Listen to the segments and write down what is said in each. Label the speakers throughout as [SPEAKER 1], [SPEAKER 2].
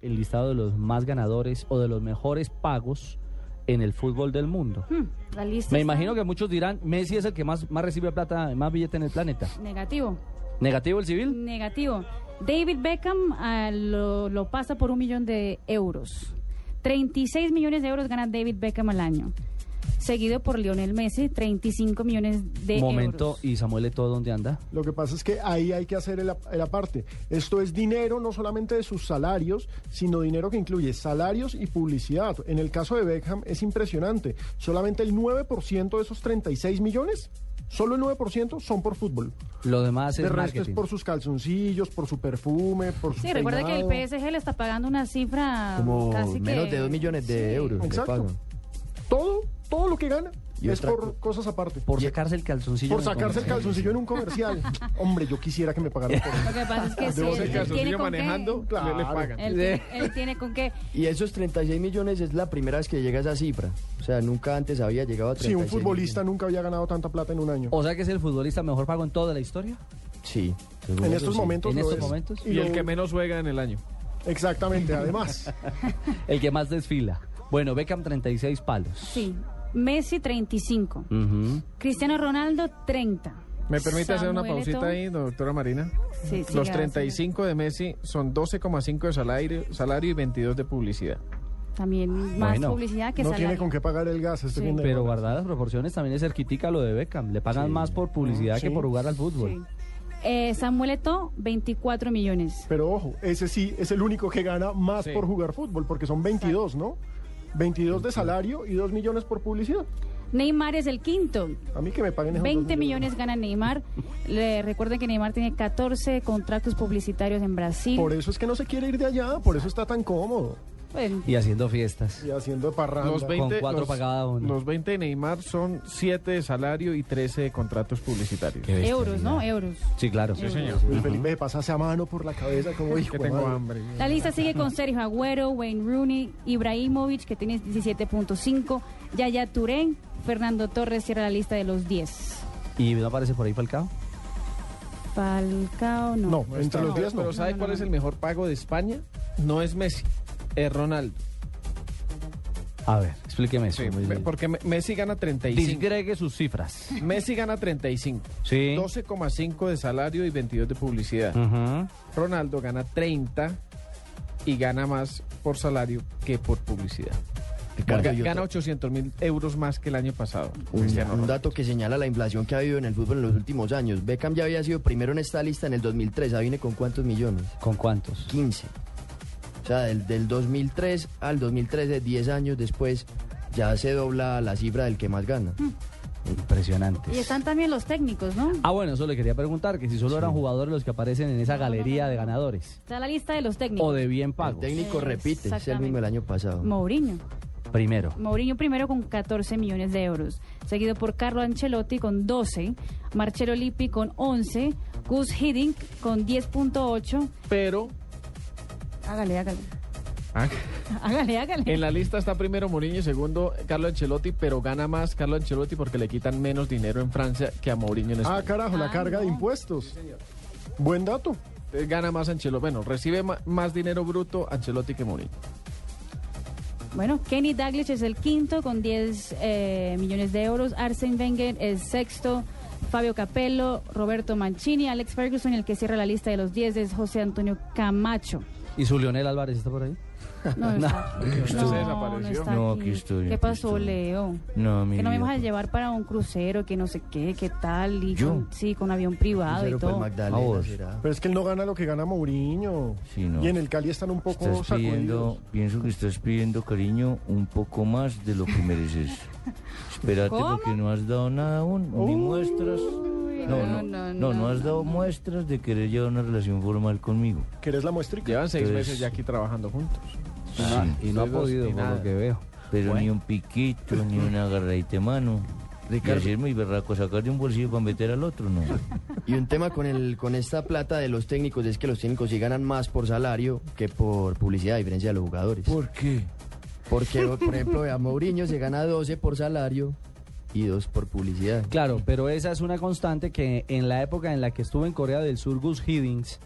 [SPEAKER 1] El listado de los más ganadores o de los mejores pagos en el fútbol del mundo.
[SPEAKER 2] La lista
[SPEAKER 1] Me
[SPEAKER 2] está
[SPEAKER 1] imagino que muchos dirán, Messi es el que más, más recibe plata, más billete en el planeta.
[SPEAKER 2] negativo.
[SPEAKER 1] ¿Negativo el civil?
[SPEAKER 2] Negativo. David Beckham ah, lo, lo pasa por un millón de euros. 36 millones de euros gana David Beckham al año. Seguido por Lionel Messi, 35 millones de
[SPEAKER 1] Momento,
[SPEAKER 2] euros.
[SPEAKER 1] ¿y Samuel todo dónde anda?
[SPEAKER 3] Lo que pasa es que ahí hay que hacer el, ap- el aparte. Esto es dinero no solamente de sus salarios, sino dinero que incluye salarios y publicidad. En el caso de Beckham es impresionante. Solamente el 9% de esos 36 millones, solo el 9% son por fútbol.
[SPEAKER 1] Lo demás
[SPEAKER 3] De
[SPEAKER 1] es
[SPEAKER 3] resto es
[SPEAKER 1] marketing.
[SPEAKER 3] por sus calzoncillos, por su perfume, por su
[SPEAKER 2] Sí, recuerda que el
[SPEAKER 3] peinado.
[SPEAKER 2] PSG le está pagando una cifra
[SPEAKER 4] Como
[SPEAKER 2] casi
[SPEAKER 4] menos
[SPEAKER 2] que-
[SPEAKER 4] de 2 millones de
[SPEAKER 2] Sí.
[SPEAKER 4] euros.
[SPEAKER 3] Exacto.
[SPEAKER 4] Le pagan.
[SPEAKER 3] Todo, todo lo que gana
[SPEAKER 4] Y
[SPEAKER 3] es
[SPEAKER 4] otra
[SPEAKER 3] por
[SPEAKER 4] co-
[SPEAKER 3] cosas aparte.
[SPEAKER 1] Por
[SPEAKER 3] Y-
[SPEAKER 1] sacarse el calzoncillo.
[SPEAKER 3] por
[SPEAKER 1] en el
[SPEAKER 3] sacarse el
[SPEAKER 1] comercio.
[SPEAKER 3] calzoncillo en un comercial. Hombre, yo quisiera que me pagaran por
[SPEAKER 2] Lo
[SPEAKER 3] eso.
[SPEAKER 2] que pasa es que sí,
[SPEAKER 3] Debo
[SPEAKER 2] él,
[SPEAKER 3] ser
[SPEAKER 2] él
[SPEAKER 3] caso,
[SPEAKER 2] tiene con
[SPEAKER 5] manejando,
[SPEAKER 2] qué.
[SPEAKER 3] Claro.
[SPEAKER 5] le, le pagan.
[SPEAKER 2] Él, tiene- él tiene con qué.
[SPEAKER 4] Y esos 36 millones es la primera vez que llega a esa cifra. O sea, nunca antes había llegado a 36
[SPEAKER 3] Sí, un futbolista
[SPEAKER 4] millones.
[SPEAKER 3] nunca había ganado tanta plata en un año.
[SPEAKER 1] O sea que es el futbolista mejor pago en toda la historia.
[SPEAKER 4] Sí. seguro
[SPEAKER 3] En
[SPEAKER 4] que
[SPEAKER 3] estos
[SPEAKER 4] sí.
[SPEAKER 3] momentos.
[SPEAKER 1] En
[SPEAKER 3] lo
[SPEAKER 1] estos
[SPEAKER 3] es.
[SPEAKER 1] momentos.
[SPEAKER 5] Y el
[SPEAKER 3] lo-
[SPEAKER 5] que menos juega en el año.
[SPEAKER 3] Exactamente, además.
[SPEAKER 1] El que más desfila. Bueno, Beckham 36 palos.
[SPEAKER 2] Sí. Messi, 35.
[SPEAKER 1] Ujú.
[SPEAKER 2] Cristiano Ronaldo, 30.
[SPEAKER 5] ¿Me permite hacer una
[SPEAKER 2] Samuel
[SPEAKER 5] pausita
[SPEAKER 2] Eto'o.
[SPEAKER 5] ahí, doctora Marina?
[SPEAKER 2] Sí, sí,
[SPEAKER 5] Los
[SPEAKER 2] ya,
[SPEAKER 5] 35 de Messi son 12,5 de salario, salario y 22 de publicidad.
[SPEAKER 2] También más
[SPEAKER 1] Bueno.
[SPEAKER 2] publicidad que
[SPEAKER 3] no
[SPEAKER 2] salario.
[SPEAKER 3] tiene con qué pagar el gas este
[SPEAKER 2] Sí.
[SPEAKER 3] fin de
[SPEAKER 1] Pero
[SPEAKER 3] semana.
[SPEAKER 1] guardadas las proporciones también es cerquitica lo de Beckham. Le pagan más por publicidad que
[SPEAKER 3] Sí.
[SPEAKER 1] por jugar al
[SPEAKER 2] Sí.
[SPEAKER 1] fútbol.
[SPEAKER 2] Eh, Samuel Eto'o, 24 millones.
[SPEAKER 3] Pero ojo, ese sí es el único que gana más
[SPEAKER 5] Sí.
[SPEAKER 3] por jugar fútbol, porque son 22, ¿no? 22 de salario y 2 millones por publicidad.
[SPEAKER 2] Neymar es el quinto.
[SPEAKER 3] A mí que me paguen esos
[SPEAKER 2] 20
[SPEAKER 3] dos
[SPEAKER 2] millones gana Neymar. Le recuerden que Neymar tiene 14 contratos publicitarios en Brasil.
[SPEAKER 3] Por eso es que no se quiere ir de allá, por eso está tan cómodo
[SPEAKER 2] Pues,
[SPEAKER 1] Y haciendo fiestas.
[SPEAKER 3] y haciendo parranda.
[SPEAKER 5] Los 20,
[SPEAKER 1] cuatro
[SPEAKER 5] los,
[SPEAKER 1] pa' cada uno.
[SPEAKER 5] los 20 de Neymar son 7 de salario y 13 de contratos publicitarios.
[SPEAKER 1] Qué
[SPEAKER 2] euros,
[SPEAKER 1] bestialidad.
[SPEAKER 2] ¿no?
[SPEAKER 3] este,
[SPEAKER 2] Euros.
[SPEAKER 1] Sí, claro.
[SPEAKER 3] Luis Felipe se pasa esa mano por la cabeza como
[SPEAKER 5] Es
[SPEAKER 3] hijo.
[SPEAKER 5] que
[SPEAKER 3] de
[SPEAKER 5] tengo
[SPEAKER 3] madre.
[SPEAKER 5] hambre.
[SPEAKER 2] La lista sigue con Sergio Agüero, Wayne Rooney, Ibrahimovic, que tiene 17.5, Yaya Touré, Fernando Torres cierra la lista de los 10.
[SPEAKER 1] ¿Y no aparece por ahí Falcao?
[SPEAKER 2] Falcao, no.
[SPEAKER 3] No, entre
[SPEAKER 5] Pero-
[SPEAKER 3] los 10 no.
[SPEAKER 5] Pero ¿sabe
[SPEAKER 2] No, no,
[SPEAKER 5] cuál
[SPEAKER 2] no,
[SPEAKER 5] es
[SPEAKER 2] no.
[SPEAKER 5] el mejor pago de España? No es Messi, es Ronaldo.
[SPEAKER 1] A ver, explíqueme eso.
[SPEAKER 5] Sí, me- porque me- Messi gana 35.
[SPEAKER 1] Disgregue sus cifras.
[SPEAKER 5] Messi gana 35.
[SPEAKER 1] Sí.
[SPEAKER 5] 12,5 de salario y 22 de
[SPEAKER 1] Mm.
[SPEAKER 5] publicidad.
[SPEAKER 1] Ujú.
[SPEAKER 5] Ronaldo gana 30 y gana más por salario que por publicidad.
[SPEAKER 4] Ricardo,
[SPEAKER 5] Ga-
[SPEAKER 4] y otro-
[SPEAKER 5] gana 800 mil euros más que el año pasado.
[SPEAKER 4] Un,
[SPEAKER 5] Cristiano
[SPEAKER 4] un
[SPEAKER 5] Ronaldo.
[SPEAKER 4] dato que señala la inflación que ha habido en el fútbol en los últimos años. Beckham ya había sido primero en esta lista en el 2003. Adivine con cuántos millones.
[SPEAKER 1] ¿Con cuántos?
[SPEAKER 4] 15. O sea, del, del 2003 al 2013, 10 años después, ya se dobla la cifra del que más gana.
[SPEAKER 1] Impresionantes.
[SPEAKER 2] Y están también los técnicos, ¿no?
[SPEAKER 1] Ah, bueno, eso le quería preguntar, que si solo eran jugadores los que aparecen en esa galería de ganadores.
[SPEAKER 2] Está la lista de los técnicos.
[SPEAKER 1] O de bien
[SPEAKER 4] El
[SPEAKER 1] pagos.
[SPEAKER 4] técnico repite, es el mismo del año pasado.
[SPEAKER 2] Mourinho.
[SPEAKER 1] Primero.
[SPEAKER 2] Mourinho primero con 14 millones de euros, seguido por Carlo Ancelotti con 12, Marcelo Lippi con 11, Gus Hiddink con 10.8.
[SPEAKER 5] Pero
[SPEAKER 2] Hágale, hágale.
[SPEAKER 5] ah,
[SPEAKER 2] Hágale, hágale.
[SPEAKER 5] en la lista está primero Mourinho y segundo Carlo Ancelotti, pero gana más Carlo Ancelotti porque le quitan menos dinero en Francia que a Mourinho en España.
[SPEAKER 3] Ah, carajo, la
[SPEAKER 2] Ah,
[SPEAKER 3] carga de
[SPEAKER 2] no.
[SPEAKER 3] impuestos. Buen dato.
[SPEAKER 5] Entonces, Eh, gana más Ancelotti, bueno, recibe ma- más dinero bruto Ancelotti que Mourinho.
[SPEAKER 2] Bueno, Kenny Dalglish es el quinto con 10 eh, millones de euros, Arsene Wenger es sexto, Fabio Capello, Roberto Mancini, Alex Ferguson, y el que cierra la lista de los 10 es José Antonio Camacho.
[SPEAKER 1] ¿Y su Leonel Álvarez está por ahí?
[SPEAKER 2] No, no, está.
[SPEAKER 5] estuvo. Se desapareció.
[SPEAKER 2] está
[SPEAKER 6] No,
[SPEAKER 2] aquí.
[SPEAKER 6] aquí estoy,
[SPEAKER 2] ¿Qué
[SPEAKER 6] aquí
[SPEAKER 2] pasó,
[SPEAKER 6] estoy.
[SPEAKER 2] Leo?
[SPEAKER 6] No, mi
[SPEAKER 2] que no me
[SPEAKER 6] vida,
[SPEAKER 2] vas a
[SPEAKER 6] por-
[SPEAKER 2] llevar para un crucero, que no sé qué, qué tal. Y
[SPEAKER 6] ¿Yo?
[SPEAKER 2] Con, sí, con avión privado
[SPEAKER 4] Cero
[SPEAKER 2] y
[SPEAKER 4] por
[SPEAKER 7] pues,
[SPEAKER 2] todo.
[SPEAKER 4] pues, Magdalena,
[SPEAKER 1] A vos.
[SPEAKER 4] será.
[SPEAKER 3] Pero es que él no gana lo que gana Mourinho.
[SPEAKER 6] Sí, no.
[SPEAKER 3] Y en el Cali están un poco
[SPEAKER 6] Estás
[SPEAKER 3] sacudidos.
[SPEAKER 6] pidiendo, pienso que estás pidiendo cariño un poco más de lo que mereces. Espérate
[SPEAKER 2] ¿Cómo?
[SPEAKER 6] porque no has dado nada aún, ni muestras.
[SPEAKER 2] Uy,
[SPEAKER 6] No, no, no, no, has dado muestras de querer llevar una relación formal conmigo.
[SPEAKER 3] ¿Querés la muestrica?
[SPEAKER 5] Llevan seis
[SPEAKER 6] Entonces-
[SPEAKER 5] meses ya aquí trabajando juntos.
[SPEAKER 1] Y no-
[SPEAKER 6] Sí.
[SPEAKER 1] Ah, y no ha
[SPEAKER 5] Ustedes dos
[SPEAKER 1] podido,
[SPEAKER 5] ni
[SPEAKER 1] por
[SPEAKER 5] nada.
[SPEAKER 1] lo que veo.
[SPEAKER 6] Pero ni un piquito, ni una agarradita de mano.
[SPEAKER 4] Ricardo.
[SPEAKER 6] Y así es muy berraco sacar de un bolsillo para meter al otro, no.
[SPEAKER 4] Y un tema con, el, con esta plata de los técnicos es que los técnicos sí ganan más por salario que por publicidad, a diferencia de los jugadores.
[SPEAKER 6] qué?
[SPEAKER 4] Porque, por ejemplo, a Mourinho se gana 12 por salario y 2 por publicidad.
[SPEAKER 1] Claro, pero esa es una constante que en la época en la que estuvo en Corea del Sur Gus Hiddings,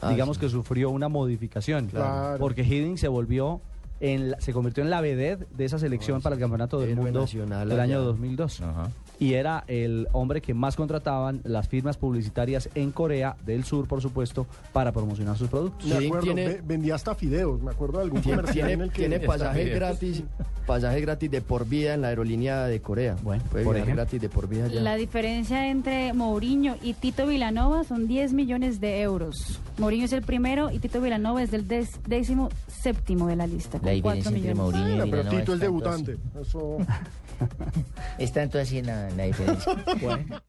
[SPEAKER 4] Ah,
[SPEAKER 1] digamos
[SPEAKER 4] sí.
[SPEAKER 1] que sufrió una modificación,
[SPEAKER 3] Claro.
[SPEAKER 1] porque Hiddings se volvió en la- se convirtió en la vedette de esa selección para el campeonato del
[SPEAKER 4] Ah, héroe
[SPEAKER 1] mundo
[SPEAKER 4] nacional
[SPEAKER 1] del año
[SPEAKER 4] allá.
[SPEAKER 1] 2002
[SPEAKER 6] Ajá.
[SPEAKER 1] y era el hombre que más contrataban las firmas publicitarias en Corea del Sur, por supuesto, para promocionar sus productos.
[SPEAKER 3] Me
[SPEAKER 4] Sí,
[SPEAKER 3] acuerdo,
[SPEAKER 4] tiene-
[SPEAKER 3] ve- vendía hasta fideos, me acuerdo de algún
[SPEAKER 4] Tiene,
[SPEAKER 3] comercial en
[SPEAKER 4] tiene,
[SPEAKER 3] el que...
[SPEAKER 4] tiene pasaje
[SPEAKER 5] bien.
[SPEAKER 4] gratis, pasaje gratis de por vida en la aerolínea de Corea.
[SPEAKER 1] Bueno,
[SPEAKER 4] Puede
[SPEAKER 1] por
[SPEAKER 4] viajar
[SPEAKER 1] ejemplo.
[SPEAKER 4] gratis de por vida allá.
[SPEAKER 2] La diferencia entre Mourinho y Tito Vilanova son 10 millones de euros. Mourinho es el primero y Tito Vilanova es el des- décimo séptimo de la lista.
[SPEAKER 7] La
[SPEAKER 2] con cuatro
[SPEAKER 7] diferencia entre
[SPEAKER 2] millones.
[SPEAKER 7] Mourinho y
[SPEAKER 3] Ah, pero
[SPEAKER 7] Vilanova
[SPEAKER 3] Tito es
[SPEAKER 7] es tanto
[SPEAKER 3] debutante. Eso...
[SPEAKER 7] así. Es tanto así la, la diferencia.